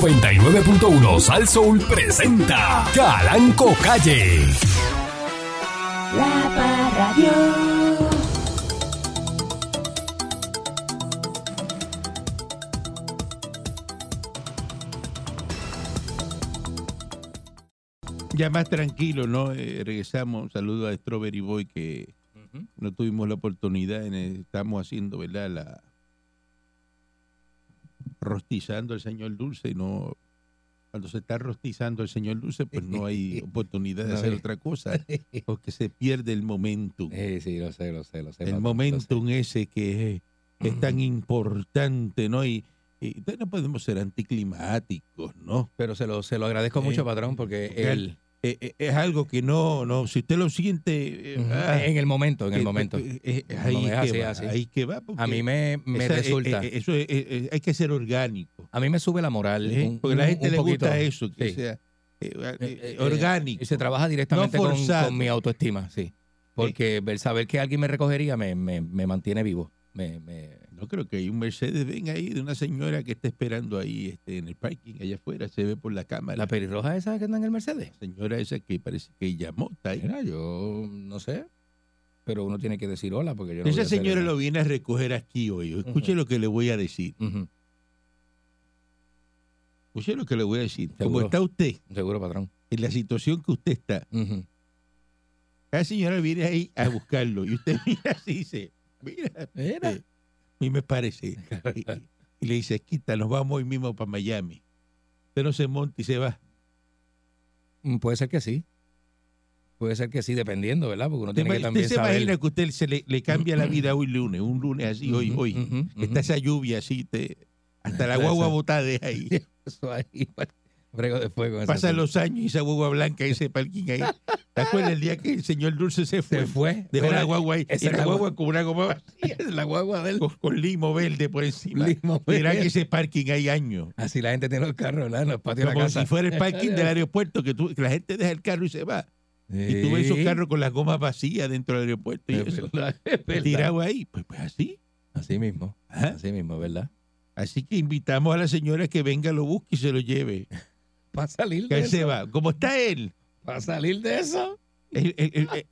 99.1 Sal Soul presenta Calanco Calle. La Parradio. Ya más tranquilo, ¿no? Eh, regresamos. Saludo a Strawberry Boy que no tuvimos la oportunidad. en el- estamos haciendo, ¿verdad? La rostizando al señor Dulce y no cuando se está rostizando al señor Dulce, pues no hay oportunidad de No hacer hay. otra cosa porque se pierde el momento. Sí, sí, lo sé, lo sé, lo sé. el papá, lo momentum ese que es, es tan importante, ¿no? Y, y entonces no podemos ser anticlimáticos, ¿no? sé. Pero se lo, se lo agradezco Eh, mucho, patrón, porque porque él, Eh, eh, es algo que no, no, si usted lo siente, eh, Ujú. ah, en el momento, en el eh, momento. eh, eh, En el ahí, momento, que así, va, así. ahí que va, porque A mí me, me esa- eh, resulta, eh, eso es- eh, eh, hay que ser orgánico, a mí me sube la moral. ¿eh? un- porque la un- gente un le poquito. gusta eso, que Sí. sea eh, eh, Eh, eh, orgánico. Y se trabaja directamente No con- con, forzado. mi autoestima, sí. Porque el saber que alguien me recogería me, me, me mantiene vivo. Me, me- No creo que hay un Mercedes ven ahí de una señora que está esperando ahí este, en el parking allá afuera, se ve por la cámara. La pelirroja esa que anda en el Mercedes. La señora esa que parece que llamó, está ahí. Mira, yo no sé, pero uno tiene que decir hola porque yo no Esa voy a hacer señora nada. lo viene a recoger aquí hoy. Escuche lo que le voy a decir. Ujú, Escuche lo que le voy a decir. Como Seguro. está usted, Seguro, patrón. en la situación que usted está, Ujú. la señora viene ahí a buscarlo y usted mira así y dice, mira, Mira. eh, a mí me parece. Y, y le dice, quita, nos vamos hoy mismo para Miami. Usted no se monta y se va. Mm, Puede ser que sí. Puede ser que sí, dependiendo, ¿verdad? Porque uno Usted, tiene que ima- también usted se saber. imagina que usted se le, le cambia la vida hoy lunes, un lunes así, hoy, Ujú, hoy. ujú, ujú. Está esa lluvia así, te, hasta la guagua Exacto. botada de ahí. Eso ahí, brego después con ese Pasan asunto. los años y esa guagua blanca, ese parking ahí. ¿Te acuerdas el día que el señor Dulce se fue? Se fue. Dejó Mira, la guagua ahí. esa y la guagua- guagua con una goma vacía, La guagua del con, con limo verde por encima. limo. Mirá que ese parking hay años. Así la gente tiene los carros, ¿verdad? En los patios de la Como casa. si fuera el parking del aeropuerto, que, tú- que la gente deja el carro y se va. Y tú ves esos Sí. carros con las gomas vacías dentro del aeropuerto y Es eso, verdad, es verdad. tirado ahí. Pues, pues así. Así mismo. Ajá. Así mismo, ¿verdad? Así que invitamos a la señora que venga, lo busque y se lo lleve. Para salir Que de él se eso. va. Como está él, Para salir de eso. El, el- el- el-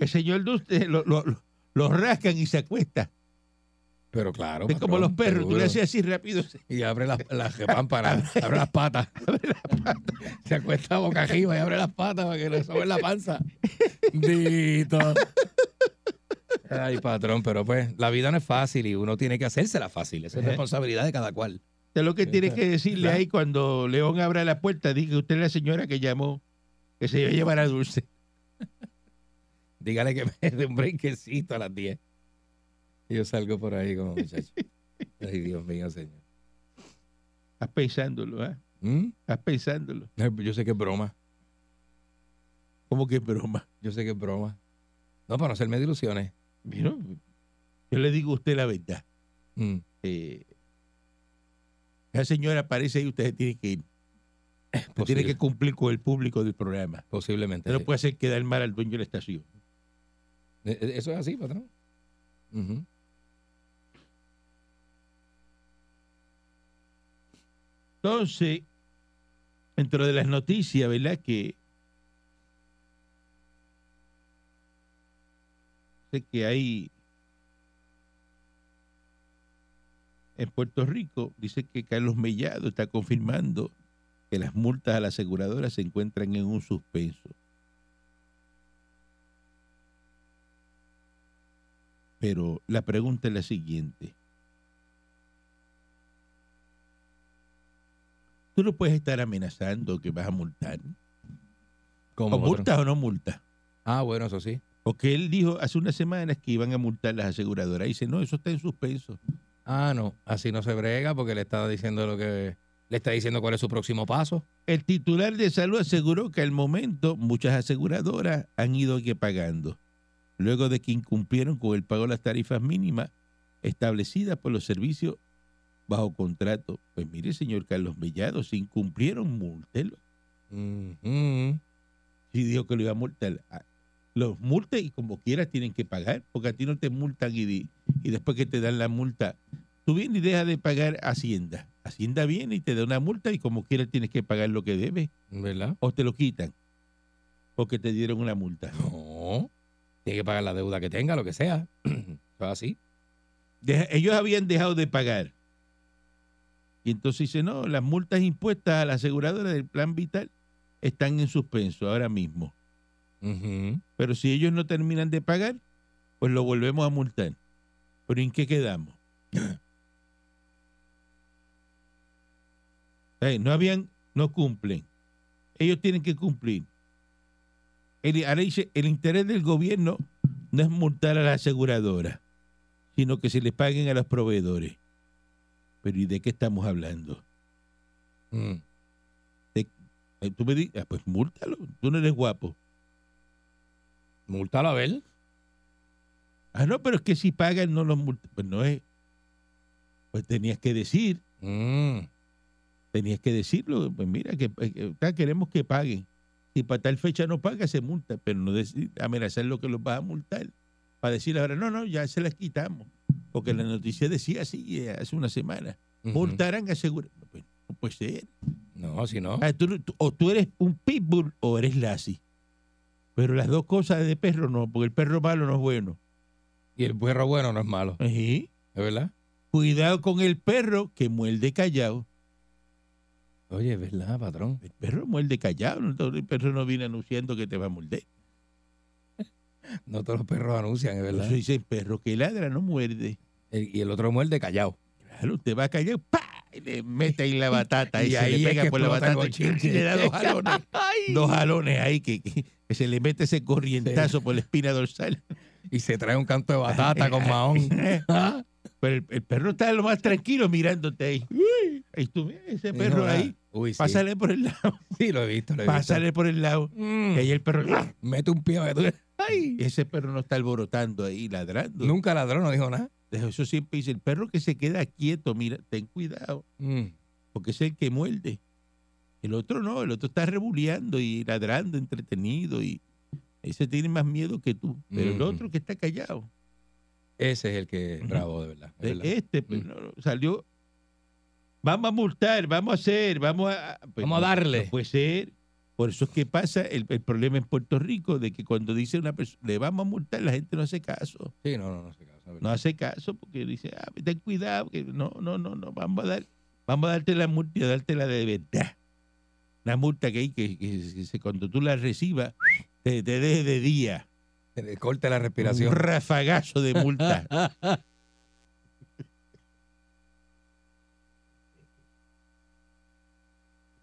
el señor Dulce lo, lo- lo- lo rascan y se acuesta. Pero claro. es como patrón, los perros, tú seguro. le haces así rápido. se- Y abre las las repámparas, abre las patas. Se acuesta boca arriba y abre las patas para que le sobe la panza. Dito. Ay, patrón, pero pues la vida no es fácil y uno tiene que hacérsela fácil. Esa es Ajá. responsabilidad de cada cual. Usted lo que tiene que decirle Claro. ahí cuando León abra la puerta, diga usted es la señora que llamó, que se iba a llevar a Dulce. Dígale que me dé un brinquecito a las 10. Y yo salgo por ahí como muchacho. Ay, Dios mío, señor. Estás pensándolo, ¿ah? ¿Mm? Estás pensándolo. Ay, Yo sé que es broma. Como que broma. Yo sé que es broma. No, para no hacerme de ilusiones. Mira, yo le digo a usted la verdad. Mm. Eh, esa señora aparece ahí, usted se tiene que ir. Usted Posible- tiene que cumplir con el público del programa. posiblemente. Usted no sí. puede hacer quedar mal al dueño de la estación. Eh, eh, Eso es así, patrón. Ujú. Entonces, dentro de las noticias, ¿verdad? Que sé que hay en Puerto Rico, dice que Carlos Mellado está confirmando que las multas a la aseguradora se encuentran en un suspenso. Pero la pregunta es la siguiente. Tú no puedes estar amenazando que vas a multar. ¿Cómo, ¿O patrón? multas o no multas? Ah, bueno, eso sí. Porque él dijo hace unas semanas que iban a multar las aseguradoras. Y dice, no, eso está en suspenso. Ah, no, así no se brega porque le está diciendo lo que le está diciendo cuál es su próximo paso. El titular de salud aseguró que al momento muchas aseguradoras han ido que pagando, luego de que incumplieron con el pago de las tarifas mínimas establecidas por los servicios bajo contrato. Pues mire, señor Carlos Mellado, si incumplieron, multelo. Ujú. Sí dijo que lo iba a multar. Ah, Los multas y como quieras tienen que pagar, porque a ti no te multan y, di- y después que te dan la multa, tú vienes y dejas de pagar Hacienda. Hacienda viene y te da una multa y como quiera tienes que pagar lo que debes ¿Verdad? o te lo quitan porque te dieron una multa. No. Tiene que pagar la deuda que tenga, lo que sea. Todo así. Deja- ellos habían dejado de pagar. Y entonces dice, no, las multas impuestas a la aseguradora del plan vital están en suspenso ahora mismo. Ujú. Pero si ellos no terminan de pagar, pues lo volvemos a multar. ¿Pero en qué quedamos? Eh, no habían, no cumplen. Ellos tienen que cumplir. El, ahora dice, el interés del gobierno no es multar a la aseguradora, sino que se les paguen a los proveedores. Pero ¿y de qué estamos hablando? Mm. Eh, Tú me dices, pues múltalo, tú no eres guapo. Múltalo a ver. Ah, no, pero es que si pagan no los multan. Pues no es. Pues tenías que decir, Mm. tenías que decirlo. Pues mira, que, que- ah, queremos que paguen. Si para tal fecha no paga, se multa. Pero no decir, amenazar lo que los vas a multar. Para decir ahora, no, no, ya se las quitamos. Porque la noticia decía así eh, hace una semana. Ujú. Multarán asegurar. Pues, no puede ser. No, si no. Ah, tú no- tú- o tú eres un pitbull o eres lassie. Pero las dos cosas de perro no, porque el perro malo no es bueno. Y el perro bueno no es malo. Ajá. ¿Es verdad? Cuidado con el perro que muerde callado. Oye, es verdad, patrón. El perro muerde callado. ¿no? Entonces, El perro no viene anunciando que te va a morder. No todos los perros anuncian, es Por verdad. eso dice el perro que ladra no muerde. El- y el otro muerde callado. Claro, usted va callado, ¡pa! Y le mete ahí la batata. Y, Y se ahí es le pega que por la explota el batata. bochinche. Y le da dos jalones. dos jalones ahí que, que- que se le mete ese corrientazo por la espina dorsal. Y se trae un canto de batata con mahón. Ah, Pero el, el perro está lo más tranquilo mirándote ahí. Y tú ves ese y no, perro nada. ahí. Uy, sí. Pásale por el lado. Sí, lo he visto, lo he visto. Pásale por el lado. Mm. Y ahí el perro. ¡ah! Mete un pie para que tú- Ay. Y ese perro no está alborotando ahí, ladrando. Nunca ladrón, no dijo nada. Eso siempre dice, el perro que se queda quieto, mira, ten cuidado, Mm. porque es el que muerde. El otro no, el otro está rebuleando y ladrando, entretenido, y ese tiene más miedo que tú. Pero el Ujú. otro que está callado, Ese es el que es Ujú. bravo, de verdad. es de- verdad. este pues, Mm. no, no, salió, vamos a multar, vamos a hacer, vamos a... pues, Vamos a no, darle. no puede ser. Por eso es que pasa el, el problema en Puerto Rico de que cuando dice una persona, le vamos a multar, la gente no hace caso. Sí, no, no, no se casa. no hace caso porque dice, ah, ten cuidado, que no, no, no, no, vamos a dar, vamos a darte la multa y a dártela de verdad. Una multa que hay que, que- que se- cuando tú la recibas, te, te deje de día. Le corta la Un respiración. rafagazo de multa.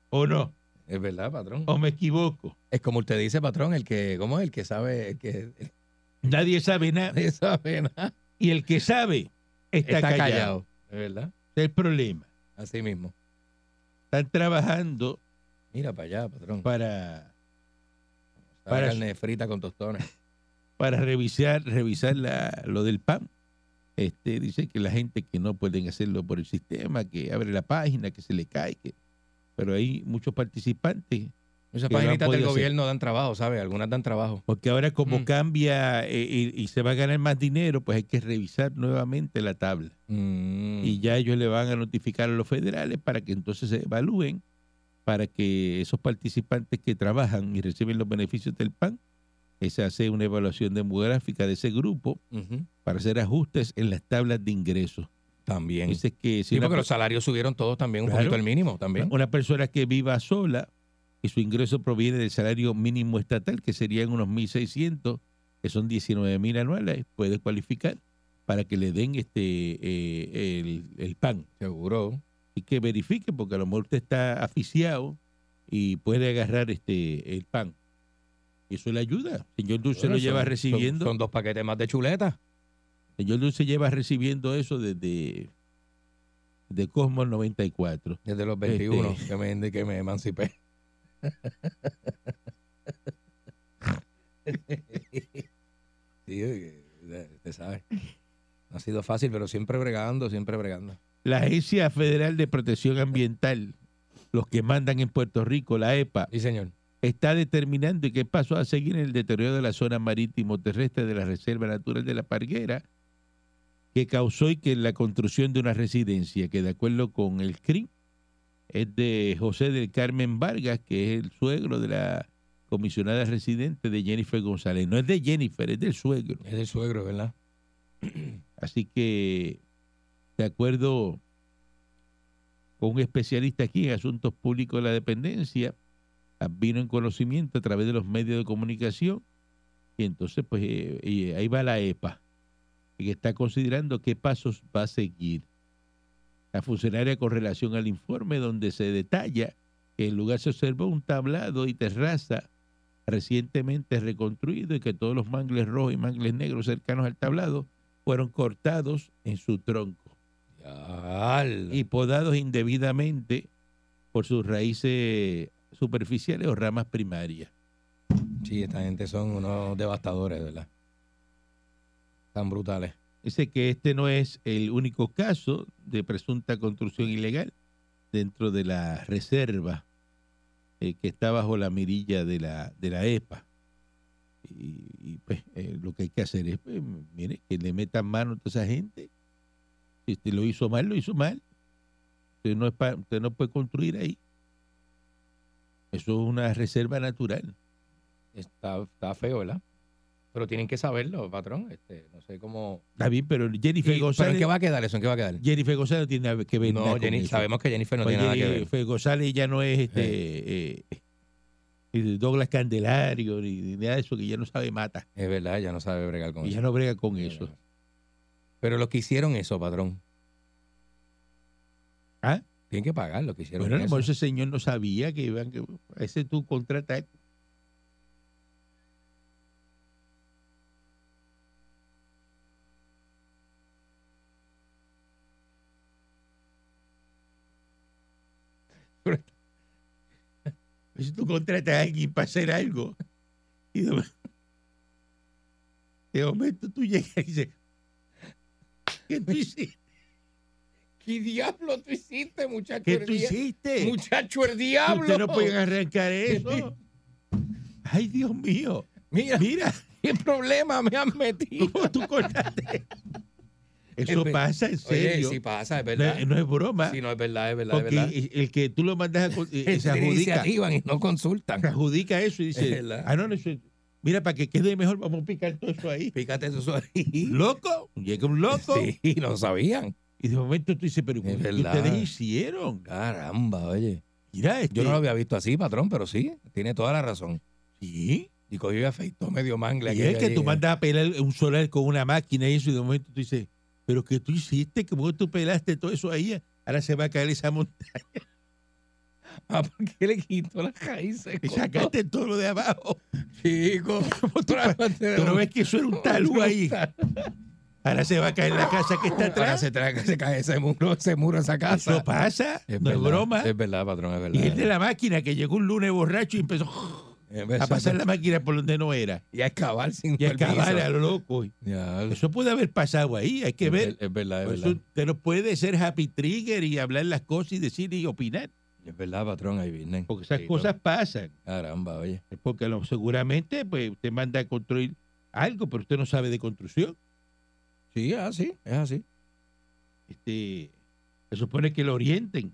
¿O no? Es verdad, patrón. ¿O me equivoco? Es como usted dice, patrón, el que, ¿cómo es? El que sabe, el que el Nadie sabe nada. que sabe nada. Y el que sabe está, callado. Es verdad. Ese Es el problema. Así mismo. Están trabajando Mira para allá, patrón. para Sabe para- carne frita con tostones. para revisar, revisar la- lo del PAN. Este, dice que la gente que no pueden hacerlo por el sistema, que abre la página, que se le cae, que, pero hay muchos participantes, Muchas Que lo han páginas del podido hacer. gobierno dan trabajo, ¿sabes? Algunas dan trabajo. porque ahora como Mm. cambia eh, y, y se va a ganar más dinero, pues hay que revisar nuevamente la tabla. Mm. Y ya ellos le van a notificar a los federales para que entonces se evalúen, para que esos participantes que trabajan y reciben los beneficios del PAN, eh, se hace una evaluación demográfica de ese grupo Ujú. para hacer ajustes en las tablas de ingresos. También. Dice que si sí, una, porque los salarios subieron todos también, un Claro. poquito el mínimo también. una persona que viva sola y su ingreso proviene del salario mínimo estatal, que serían unos 1.600, que son 19.000 anuales, puede cualificar para que le den este eh, el, el PAN. Seguro. Y que verifique, porque a lo mejor usted está aficiado y puede agarrar este el PAN. Eso le ayuda. Señor Dulce Bueno, lo lleva son- recibiendo. Son, son dos paquetes más de chuleta. Señor Dulce lleva recibiendo eso desde, desde Cosmos 94. Desde los 21 Este. que, me, que me emancipé. sí, oye, te sabes. No ha sido fácil, pero siempre bregando, siempre bregando. la Agencia Federal de Protección Ambiental, los que mandan en Puerto Rico, la EPA, Sí, señor. está determinando y qué paso a seguir en el deterioro de la zona marítimo terrestre de la Reserva Natural de la Parguera, que causó y que la construcción de una residencia que de acuerdo con el CRIM es de José del Carmen Vargas, que es el suegro de la comisionada residente de Jennifer González. No es de Jennifer, es del suegro. Es del suegro, ¿verdad? Así que, de acuerdo con un especialista aquí en asuntos públicos de la dependencia, vino en conocimiento a través de los medios de comunicación y entonces pues eh, eh, ahí va la EPA que está considerando qué pasos va a seguir. La funcionaria con relación al informe donde se detalla que el lugar se observó un tablado y terraza recientemente reconstruido y que todos los mangles rojos y mangles negros cercanos al tablado fueron cortados en su tronco y podados indebidamente por sus raíces superficiales o ramas primarias. Sí, esta gente son unos devastadores, ¿verdad? Tan brutales. Dice que este no es el único caso de presunta construcción ilegal dentro de la reserva eh, que está bajo la mirilla de la, de la EPA. Y, y, pues eh, lo que hay que hacer es, pues, mire, que le metan mano a toda esa gente. Si usted lo hizo mal, lo hizo mal. Usted no, es pa- usted no puede construir ahí. Eso es una reserva natural. Está, está feo, ¿verdad? Pero tienen que saberlo, patrón. Este, no sé cómo. Está bien, pero Y- Jennifer ¿Pero en González. qué va a quedar eso? ¿En qué va a quedar? Jennifer González no tiene nada que ver nada No, con Jenny, eso. sabemos que Jennifer no Pues tiene nada que ver. Jennifer González ya no es este eh, eh, Douglas Candelario ni, ni nada de eso que ya no sabe mata. Es verdad, ella no sabe bregar con Y ya eso. no brega con Sí, eso. no. Pero los que hicieron eso, patrón. ¿Ah? Tienen que pagar lo que hicieron. Bueno, a lo eso. mejor ese señor no sabía que iban que a ese tú contratas. Si tú contratas a alguien para hacer algo, y de, de momento tú llegas y dices, ¿qué tú hiciste? ¿Qué diablo tú hiciste, muchacho? ¿Qué el tú dia- hiciste? Muchacho, el Usted no pueden arrancar eso. Ay, Dios mío. Mira, Mira, qué problema me han metido. cómo tú cortaste. Eso Espe- pasa en Oye, serio. sí pasa, es no, verdad. es- no es broma. Sí, no, es verdad, es verdad, es porque verdad. el- el que tú lo mandas a con- eh, eh, se Tienen adjudica, iniciativa y no consultan. se adjudica eso y dice, Es verdad. ah, no, no, eso- mira, para que quede mejor, vamos a picar todo eso ahí. Fíjate eso ahí. Loco, llega un loco. Sí, no sabían. Y de momento tú dices, pero Es ¿qué verdad. ustedes hicieron? Caramba, oye. Mira, este, Yo no lo había visto así, patrón, pero sí, tiene toda la razón. sí. Y cogió y afeitó medio mangle. Y aquello es que allí. tú mandas a pelar un solar con una máquina y eso, y de momento tú dices, pero que tú hiciste, ¿cómo tú pelaste todo eso ahí? Ahora se va a caer esa montaña. Ah, ¿por qué le quitó las raíces? Y sacaste todo lo de abajo. Chico, tú Tú no ves que eso era un talú ahí. Ahora Ahora se va a caer la casa que está atrás. se, trae, se cae ese muro, ese muro, esa casa. Eso pasa, Es no es verdad, broma. Es verdad, patrón, es Y el de verdad. la máquina que llegó un lunes borracho y empezó Es a verdad. pasar la máquina por donde no era. Y a excavar sin Y a acabar a permiso. lo loco. Ya, Eso puede haber pasado ahí, hay que es, ver. ver- es verdad, es Por verdad. Eso, usted no puede ser happy trigger y hablar las cosas y decir y opinar. Es verdad, patrón, ahí vienen. Porque esas Sí, cosas pasan. no. Caramba, oye. Es Porque lo- seguramente pues, usted manda a construir algo, pero usted no sabe de construcción. Sí, es así, es así. Este, se supone que lo orienten.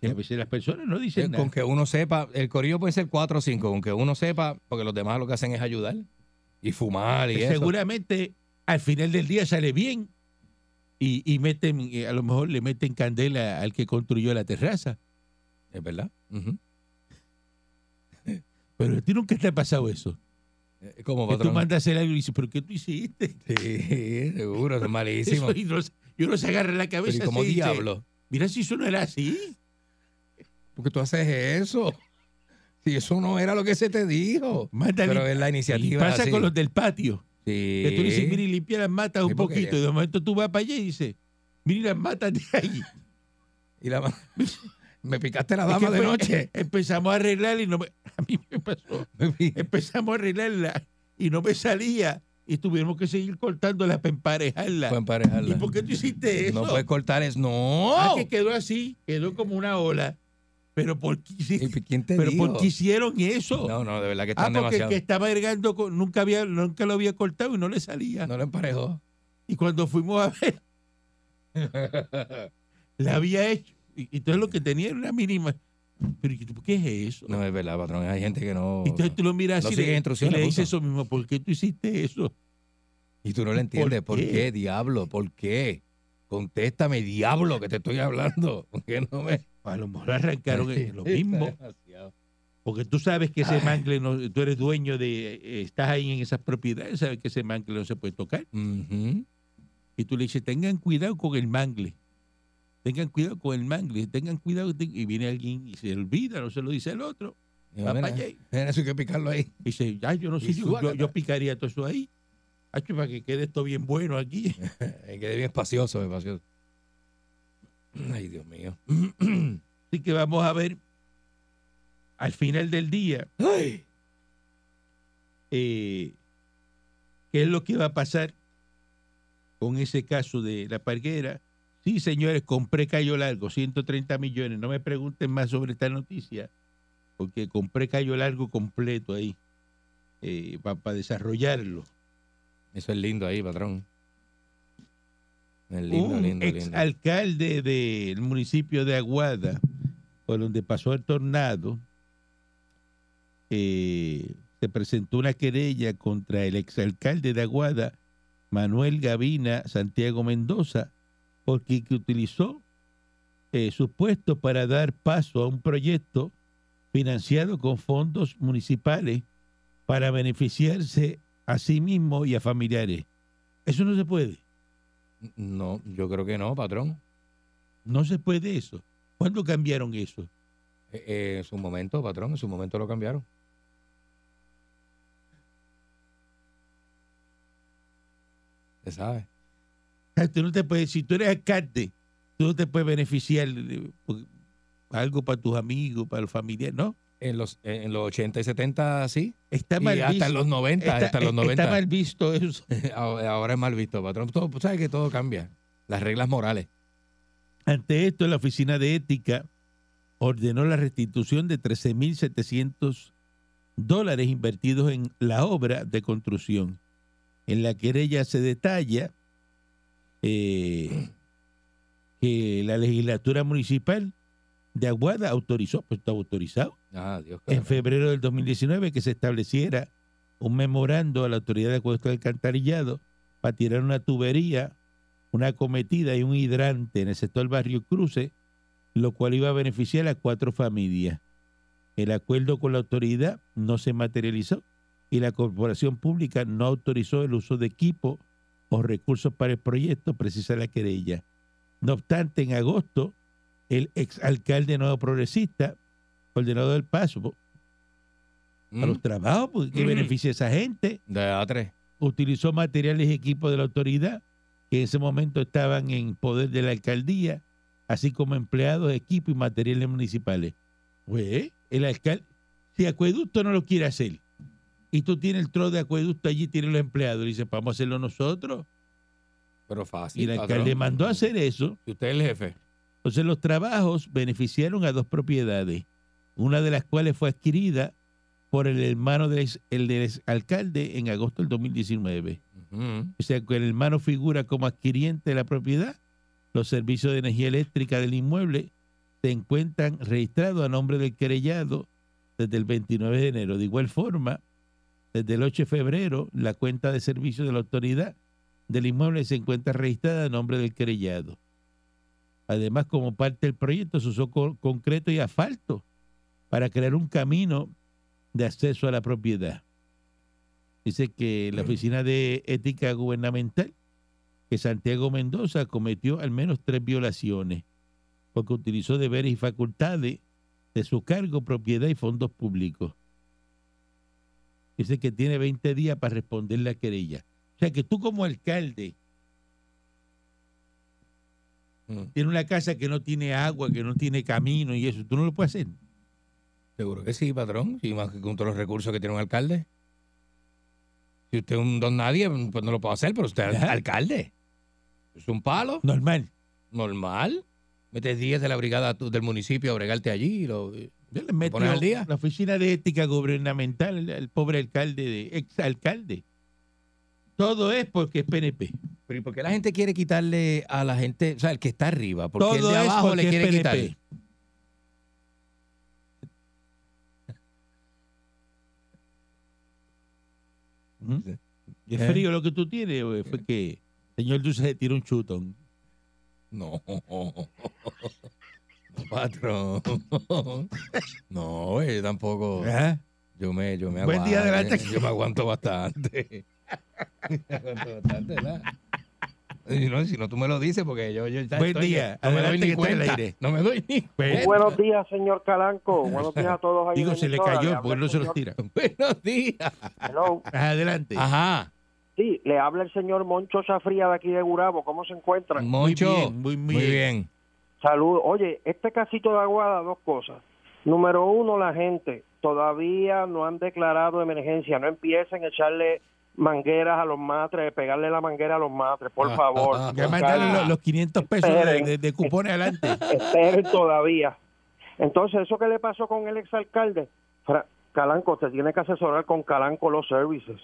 Y a veces las personas no Eh, dicen nada. con que uno sepa, el corillo puede ser 4 o 5, con que uno sepa, porque los demás lo que hacen es ayudar y fumar y eso. Pues, Seguramente al final del día sale bien y, y meten, eh, a lo mejor le meten candela al que construyó la terraza. Es verdad. Ujú. Pero a ti nunca te ha pasado eso. Eh, Como Que tú patrón. mandas a hacer algo y dices, ¿pero qué tú hiciste? Sí, seguro, eso es malísimo. Eso, y, uno, se- y uno se agarra la Pero ¿y cabeza. cómo así y dice, diablo? Mira si eso no era así. Porque tú haces eso. Si eso no era lo que se te dijo. Mándale. Pero es la y iniciativa. pasa así. con los del patio. Sí. Que tú le dices, mira, y limpia las matas un Sí, porque poquito. ya- Y de momento tú vas para allá y dices, mira y las matas de ahí. Y la ma- Me picaste la Es dama que de empe- noche. Empezamos a arreglar y no me... A mí me pasó. Empezamos a arreglarla y no me salía. Y tuvimos que seguir cortándola para emparejarla. Fue emparejarla. ¿Y por qué tú hiciste eso? No puedes cortar eso. Ah, ¡No! que quedó así, quedó como una ola. Pero ¿por qué, hici- ¿Y ¿Quién te pero dijo? ¿por qué hicieron eso? No, no, de verdad que ah, están porque el demasiado. que estaba ergando con- nunca, había, nunca lo había cortado y no le salía. No lo emparejó. Y cuando fuimos a ver, la había hecho. Y, y todo lo que tenía era una mínima. Pero ¿y tú ¿qué es eso? No es verdad, patrón. Hay gente que no. Y entonces tú lo miras No así sigues le- y instrucciones, le dices punto. eso mismo. ¿Por qué tú hiciste eso? Y tú no le entiendes. ¿Por, qué? qué? diablo? ¿Por qué? Contéstame, diablo, que te estoy hablando. ¿Por qué no me.? A lo mejor arrancaron eh, lo mismo. Demasiado. Porque tú sabes que ese mangle, no, tú eres dueño de, eh, estás ahí en esas propiedades, sabes que ese mangle no se puede tocar. Ujú. Y tú le dices, tengan cuidado con el mangle. Tengan cuidado con el mangle, tengan cuidado. ten-". Y viene alguien y se olvida, no se lo dice el otro. Y Va mira, pa' allá y- mira, eso hay que picarlo ahí. y dice, ya, yo no sé, Y yo, yo, suácata. yo picaría todo eso ahí. Hacho, para que quede esto bien bueno aquí. Eh, Quede bien espacioso, espacioso. Ay, Dios mío. Así que vamos a ver, al final del día, Ay. eh, qué es lo que va a pasar con ese caso de la parguera. Sí, señores, compré Cayo Largo, 130 millones. No me pregunten más sobre esta noticia, porque compré Cayo Largo completo ahí para desarrollarlo. Eso es lindo ahí, patrón. Es lindo, Un lindo, lindo. exalcalde del municipio de Aguada, por donde pasó el tornado, eh, se presentó una querella contra el exalcalde de Aguada, Manuel Gavina Santiago Mendoza, porque que utilizó eh, su puesto para dar paso a un proyecto financiado con fondos municipales para beneficiarse a sí mismo y a familiares. Eso no se puede. No, yo creo que no, patrón. No se puede eso. ¿Cuándo cambiaron eso? Eh, eh, en su momento, patrón, en su momento lo cambiaron. Se sabe. O sea, Ah, Tú no te puedes, si tú eres alcalde, tú no te puedes beneficiar de- por- algo para tus amigos, para los familiares, ¿no? En los, eh, en los 80 y 70 sí. Está Y mal visto. hasta en los 90, Está- eh, hasta los está 90. mal visto eso. Ahora ahora es mal visto, patrón. Todo, sabes que todo cambia. Las reglas morales. Ante esto, la Oficina de Ética ordenó la restitución de 13.700 dólares invertidos en la obra de construcción. En la querella se detalla eh, que la legislatura municipal de Aguada autorizó, pues estaba autorizado, Ah, Dios. en caramba. febrero del 2019 que se estableciera un memorando a la autoridad de acueducto de alcantarillado para tirar una tubería, una acometida y un hidrante en el sector Barrio Cruce, lo cual iba a beneficiar a cuatro familias. El acuerdo con la autoridad no se materializó y la corporación pública no autorizó el uso de equipo o recursos para el proyecto, precisa la querella. No obstante, en agosto, el exalcalde nuevo progresista, ordenado del paso, a los Mm, trabajos, porque que Mm. beneficia a esa gente. De A3. Utilizó materiales y equipos de la autoridad que en ese momento estaban en poder de la alcaldía, así como empleados, equipos y materiales municipales. Pues, el alcalde, si acueducto no lo quiere hacer, y tú tienes el tro de acueducto allí, tienes los empleados, y dices, vamos a hacerlo nosotros. Pero fácil. y el patrón. alcalde mandó a hacer eso. Y usted es el jefe. Entonces los trabajos beneficiaron a dos propiedades, una de las cuales fue adquirida por el hermano del, ex- el del ex alcalde en agosto del 2019. Ujú. O sea, que el hermano figura como adquiriente de la propiedad. Los servicios de energía eléctrica del inmueble se encuentran registrados a nombre del querellado desde el 29 de enero. De igual forma, desde el 8 de febrero, la cuenta de servicios de la autoridad del inmueble se encuentra registrada a nombre del querellado. Además, como parte del proyecto, se usó co- concreto y asfalto para crear un camino de acceso a la propiedad. Dice que la Oficina de Ética Gubernamental, que Santiago Mendoza cometió al menos tres violaciones, porque utilizó deberes y facultades de su cargo, propiedad y fondos públicos. Dice que tiene 20 días para responder la querella. O sea que tú como alcalde Mm. tienes una casa que no tiene agua, que no tiene camino y eso, tú no lo puedes hacer. Seguro que sí, patrón. Y más que con todos los recursos que tiene un alcalde. Si usted es un don nadie, pues no lo puedo hacer, pero usted es Ajá. alcalde. Es un palo, Normal. normal. Metes 10 de la brigada tu- del municipio a bregarte allí. y lo- Yo le meto pones al día? la oficina de ética gubernamental, el, el pobre alcalde, de, ex alcalde. Todo es porque es PNP. Pero ¿y por qué la gente quiere quitarle a la gente, o sea, el que está arriba? Porque el Todo de es abajo porque le es quiere quitar. PNP. Ujú. ¿Mm? ¿Es ¿Eh? frío lo que tú tienes? o Fue que señor Dulce se tiró un chutón. No. Patrón. No, yo tampoco. Ajá. Yo me, yo me Buen aguanto. día, adelante. Yo me aguanto bastante. me aguanto bastante, ¿verdad? Y no, si no tú me lo dices, porque yo, yo ya Buen estoy- día, No me doy adelante que ni está en el cuenta. aire. No me doy ni Pues, Buenos días, señor Calanco. Buenos días a todos. ahí en digo, la se le emisora. cayó habla porque el no se los señor- tira. buenos días. Hello. Adelante. Ajá. Sí, le habla el señor Moncho Safría de aquí de Gurabo. ¿Cómo se encuentra? Moncho. bien, muy bien. bien. Saludos. Oye, este casito de Aguada, dos cosas. Número uno, la gente. Todavía no han declarado emergencia. No empiecen a echarle mangueras a los matres, pegarle la manguera a los matres, por favor. Ya mandaron Ah. los, los 500 pesos de, Esperen. de- de cupones adelante. Esperen todavía. Entonces, eso que le pasó con el exalcalde, Fra- Calanco, te tiene que asesorar con Calanco los services.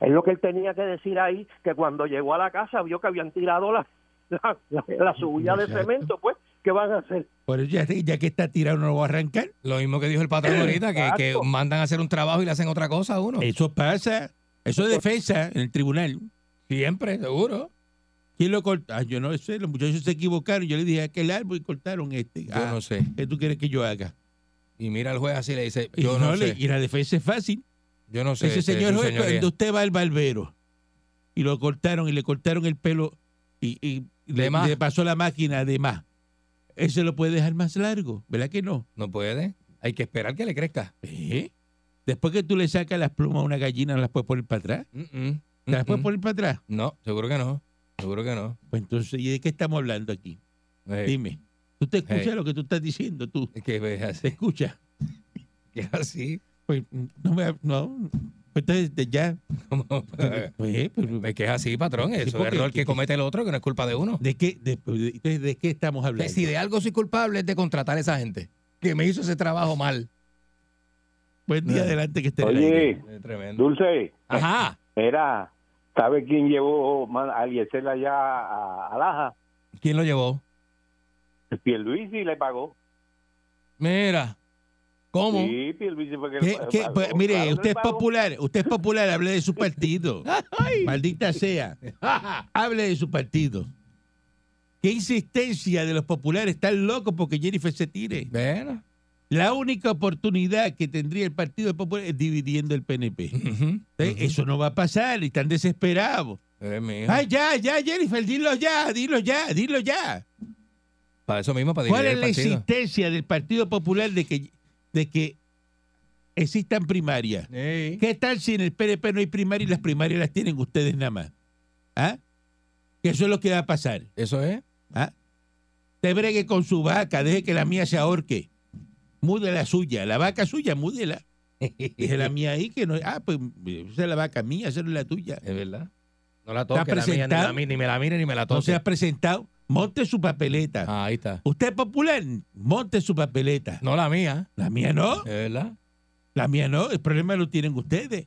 Es lo que él tenía que decir ahí, que cuando llegó a la casa vio que habían tirado la, la, la- la suya de Exacto. cemento, pues, ¿qué van a hacer? Por eso ya, ya que está tirado no lo va a arrancar. Lo mismo que dijo el patrón ahorita, que, que Exacto. mandan a hacer un trabajo y le hacen otra cosa a uno. Eso pasa. Eso es defensa en el tribunal. Siempre, seguro. ¿Quién lo cortó? Ah, yo no sé, los muchachos se equivocaron. Yo le dije aquel árbol y cortaron este. Yo Ah, no sé. ¿Qué tú quieres que yo haga? Y mira al juez así y le dice, Y, yo no no le- sé. y la defensa es fácil. Yo no sé. Ese este, señor su juez, señoría. cuando usted va al barbero y lo cortaron y le cortaron el pelo y, y De le, más. le pasó la máquina de más, ese lo puede dejar más largo, ¿verdad que no? No puede. Hay que esperar que le crezca. ¿Eh? Después que tú le sacas las plumas a una gallina, no las puedes poner para atrás. Mm, mm, ¿Te las mm, puedes mm. poner para atrás? No, seguro que no. Seguro que no. Pues entonces, ¿y de qué estamos hablando aquí? Eh, Dime. ¿Tú te escuchas Hey. lo que tú estás diciendo? ¿Tú es que es te así. escuchas? que es así. Pues no me... No. Pues entonces, de- ya... Como- Pues, eh, pues, es que es así, patrón. Eso es porque- error que comete el otro, que no es culpa de uno. ¿de, qué, de, de- entonces, ¿De qué estamos hablando? Si de algo soy culpable es de contratar a esa gente que me hizo ese trabajo mal. Buen día, adelante que esté en el aire. Oye, Es tremendo. Dulce, Ah. Ajá. era, ¿sabe quién llevó man- a Eliezer allá a, a Laja? ¿Quién lo llevó? Pierluisi le pagó. Mira. ¿Cómo? Sí, Pierluisi fue que ¿Qué- le qué? pagó. Pues, mire, Claro que usted le es pagó. popular, usted es popular, hable de su partido. Maldita sea. Hable de su partido. Qué insistencia de los populares, están locos porque Jennifer se tire. Bueno. La única oportunidad que tendría el Partido Popular es dividiendo el PNP. Ujú, ¿Eh? ujú. Eso no va a pasar y están desesperados. Eh, mijo. Ay, ya, ya, Jennifer, dilo ya, dilo ya, dilo ya. Para eso mismo, para ¿Cuál es dividir el la partido. insistencia del Partido Popular de que, de que existan primarias? Ey. ¿Qué tal si en el PNP no hay primaria y las primarias las tienen ustedes nada más? ¿Ah? Que eso es lo que va a pasar. Eso es. ¿Ah? Te bregue con su vaca, deje que la mía se ahorque. Mude la suya, la vaca suya, múdela. Deje la mía ahí que no. Ah, pues esa es la vaca mía, esa no es la tuya. Es verdad. No la toques, la ¿Está mía, ni, la, presentado? mi- ni me la mire ni me la No se toque. ha presentado. Monte su papeleta. Ah, ahí está. Usted es popular, monte su papeleta. No la mía, La mía no, es verdad. la mía no. El problema lo tienen ustedes.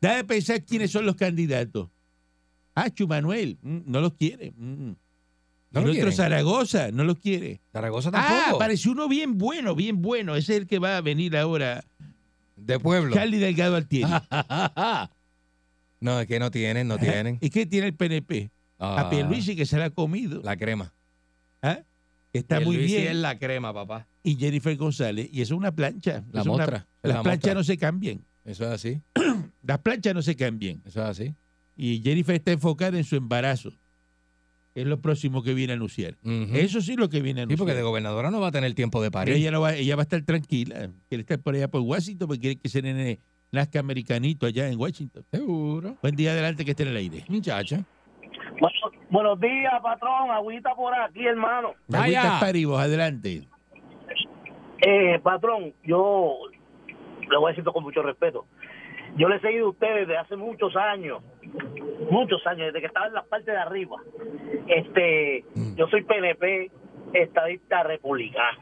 Da de pensar quiénes son los candidatos. Ah, Chumanuel, mm, no los quiere. mm. No el lo otro quieren. Zaragoza no los quiere. Zaragoza Ah, tampoco. apareció uno bien bueno, bien bueno. Ese es el que va a venir ahora. de pueblo. Charlie Delgado Altieri. Ah, no, es que no tienen, no tienen. ¿Y qué tiene el PNP? Ah, A Pierluisi que se la ha comido. La crema. ¿ah? Que Está muy Pierluisi es bien. la crema, papá. Y Jennifer González. Y eso es una plancha. Eso La es una- mostra. es las la planchas mostra. no se cambian. Eso es así. Las planchas no se cambian. Eso es así. Y Jennifer está enfocada en su embarazo. Es lo próximo que viene a anunciar. Ujú. Eso sí es lo que viene a sí, anunciar. porque de gobernadora no va a tener tiempo de Pero parir. ella, no va, ella va a estar tranquila. Quiere estar por allá por Washington porque quiere que se nene nazca americanito allá en Washington. Seguro. Buen día adelante que esté en el aire. Muchacha. Bueno, buenos días, patrón. Agüita por aquí, hermano. Vaya. Agüitas Paribos, adelante. Eh, patrón, yo le voy a decir esto con mucho respeto. Yo le he seguido a ustedes desde hace muchos años, muchos años, desde que estaba en la parte de arriba. Este, yo soy PNP, estadista republicano,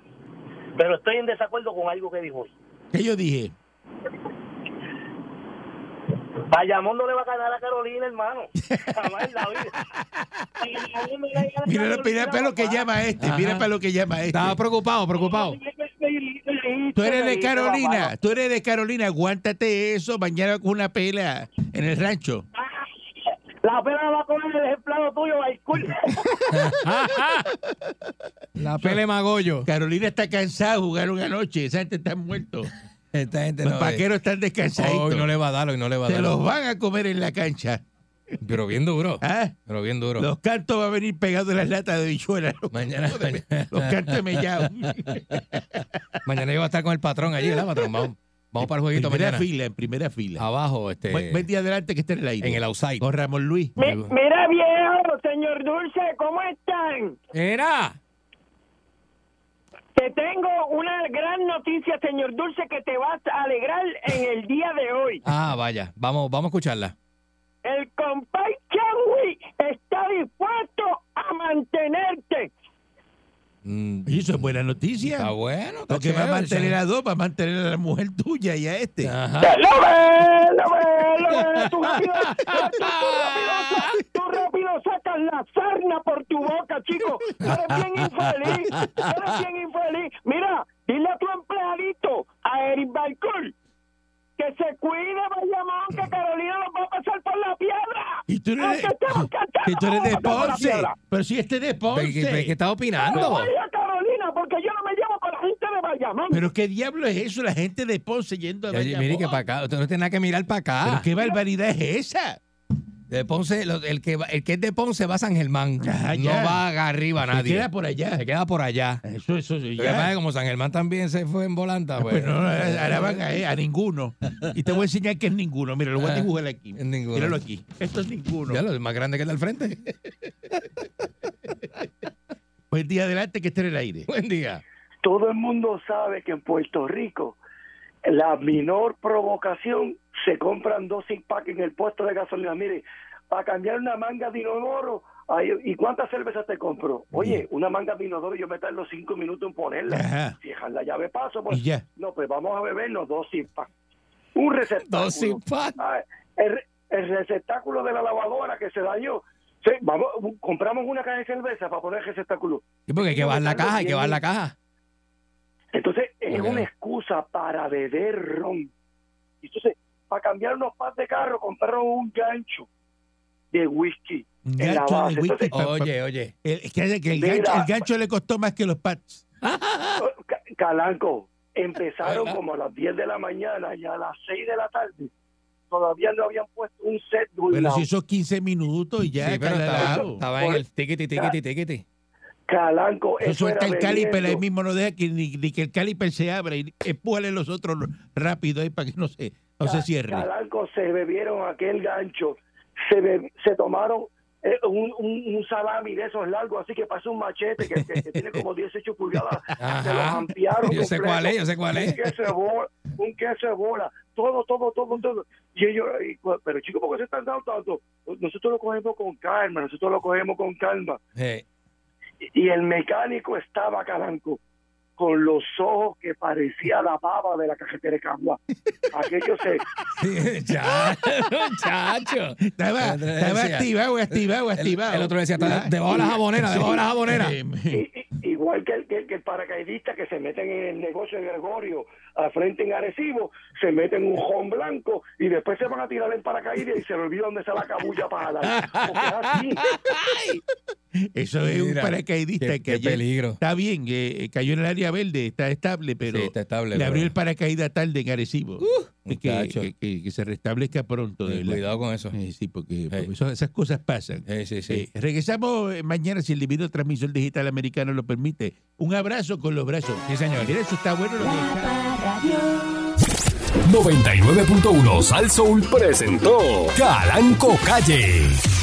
pero estoy en desacuerdo con algo que dijo hoy. ¿Qué yo dije? Bayamón no le va a ganar a Carolina, hermano. Jamás en la vida. Si Bayamón no le gana a Mira, Carolina, mira para lo que papá. llama este, Ajá. mira para lo que llama este. Estaba preocupado, preocupado. Tú eres de Carolina, tú eres de Carolina, aguántate eso, mañana con una pela en el rancho. La pena la va a comer el ejemplado tuyo, Baikul. La pele magollo. Carolina está cansada, jugaron anoche, esa gente está muerto. Esta gente Los vaqueros están descansaditos. Hoy no le va a dar, hoy no le va a Se dar. los van a comer en la cancha. Pero bien duro. ¿ah? Pero bien duro. Los cantos van a venir pegados en las latas de bichuela. Los, Mañana, mañana, los cantos de mellao. mañana yo voy a estar con el patrón allí, ¿verdad, patrón? Vamos, vamos para el jueguito En primera mañana. fila, en primera fila. Abajo, este, Ven ven de adelante que esté en el aire. en el outside. Con Ramón Luis. Mira, viejo, señor Dulce, ¿cómo están? Era. Te tengo una gran noticia, señor Dulce, que te vas a alegrar en el día de hoy. Ah, vaya. Vamos, vamos a escucharla. El compay Changui está dispuesto a mantenerte. Mm, Y eso es buena noticia. está bueno. Está Lo que va a chévere, mantener a dos, va a mantener a la mujer tuya y a este. Ajá. ¡Lo ve, lo ve, lo ve! ¡Tú rápido, tú, rápido, tú rápido sacas la sarna por tu boca, chico! ¡Eres bien infeliz! ¡Eres bien infeliz! Mira, dile a tu empleadito, a Eric Balcón, que se cuide, Bayamón, que Carolina lo va a pasar por la piedra. Y tú eres, ¡Ah, que estamos, que estamos, y Eh, tú eres de que estamos Ponce. por la piedra! Pero si este es de ¿Pero ¿Qué, pero qué Ponce. está opinando? Oye, Carolina, porque yo no me llevo con la gente de Bayamón. Pero qué diablo es eso, la gente de Ponce yendo a Ya, ya, mire que ah. Bayamón. para acá. Usted no tiene nada que mirar para Pero acá. qué barbaridad es esa. De Ponce, lo- el, que va- el que es de Ponce va a San Germán. Ah, no ya. va arriba a Se nadie. queda por allá. Se queda por allá. Eso, eso, eso, Lo que pasa es ya. que como San Germán también se fue en volanta, pues. Pues no, ahora van a, a ninguno. Y te voy a enseñar que es ninguno. Mira, lo voy a Ah, dibujar aquí. es ninguno. Míralo aquí. Esto es ninguno. Ya lo es más grande que el del frente. Pues día adelante que esté en el aire. Buen día. todo el mundo sabe que en Puerto Rico la menor provocación se compran dos six pack en el puesto de gasolina. Mire, para cambiar una manga de inodoro, ay, ¿y cuántas cervezas te compro? Oye, una manga de inodoro yo me tardo cinco minutos en ponerla. Ajá. Si dejar la llave paso, Y pues ya. no, pues vamos a bebernos dos six pack. Un receptáculo. Dos sin pack. Ah, el, el receptáculo de la lavadora que se dañó. Sí, vamos, compramos una caja de cerveza para poner el receptáculo. Sí, porque hay que bajar la caja, hay que bajar la caja. Entonces, es Bueno. una excusa para beber ron. Entonces, para cambiar unos par de carros, compraron un gancho de whisky. Un En la gancho base, de whisky. entonces- pa- pa- Oye, oye. el, es que que el, Mira. gancho, el gancho le costó más que los pads. Ca- Calanco, empezaron ¿Verdad? como a las 10 de la mañana y a las 6 de la tarde todavía no habían puesto un set de un Pero lado. si hizo 15 minutos y ya. Sí, pero estaba, calalao. estaba en el tiquiti, tiquiti, tiquiti. Calanco, Eso eso suelta era el caliper ahí bebiendo. mismo, no deja que ni, ni que el caliper se abra y empújale los otros rápido ahí para que no se, no se cierre. Calanco se bebieron aquel gancho, se, be- se tomaron eh, un, un, un salami de esos largos, así que pasó un machete que, que- que tiene como 18 pulgadas, se lo Ajá. ampliaron. Yo sé completo. cuál es, yo sé cuál un es. queso de bola, un queso de bola, todo, todo, todo, todo. Y ellos, y cu- pero chicos, ¿por qué se están dando tanto? Nosotros lo cogemos con calma, nosotros lo cogemos con calma. Eh, Y, y el mecánico estaba calanco, con los ojos que parecía la baba de la cajetera de Cagua. Aquello se, sí, ya, muchacho. Estaba, Andrés estaba Eh, decía- activado, activado, activado. el otro decía, está Ah, debajo de la jabonera, debajo de la jabonera. Eh, i- i- igual que el, que, el- que el paracaidista que se meten en el negocio de Gregorio, al frente en Arecibo, se meten un jón blanco y después se van a tirar en paracaídas y se le olvida dónde está la cabulla para jalar. Porque es así. Eso es un Mira, paracaidista qué- que qué ayer- peligro. Está bien, eh, cayó en el área verde, está estable, pero Sí, está estable, le abrió pero- Uh, el paracaídas tarde en Arecibo. Y que, muchacho. que- que- que se restablezca pronto, de Eh, verdad. Cuidado con eso. Eh, sí, porque, porque eso- esas cosas pasan. Eh, sí, sí. Eh, regresamos eh, mañana si el divino transmisor digital americano lo permite. Un abrazo con los brazos. Sí, señor. Mira, eso está bueno lo que está. La Radio. 99.1 Sal Soul presentó Calanco Calle.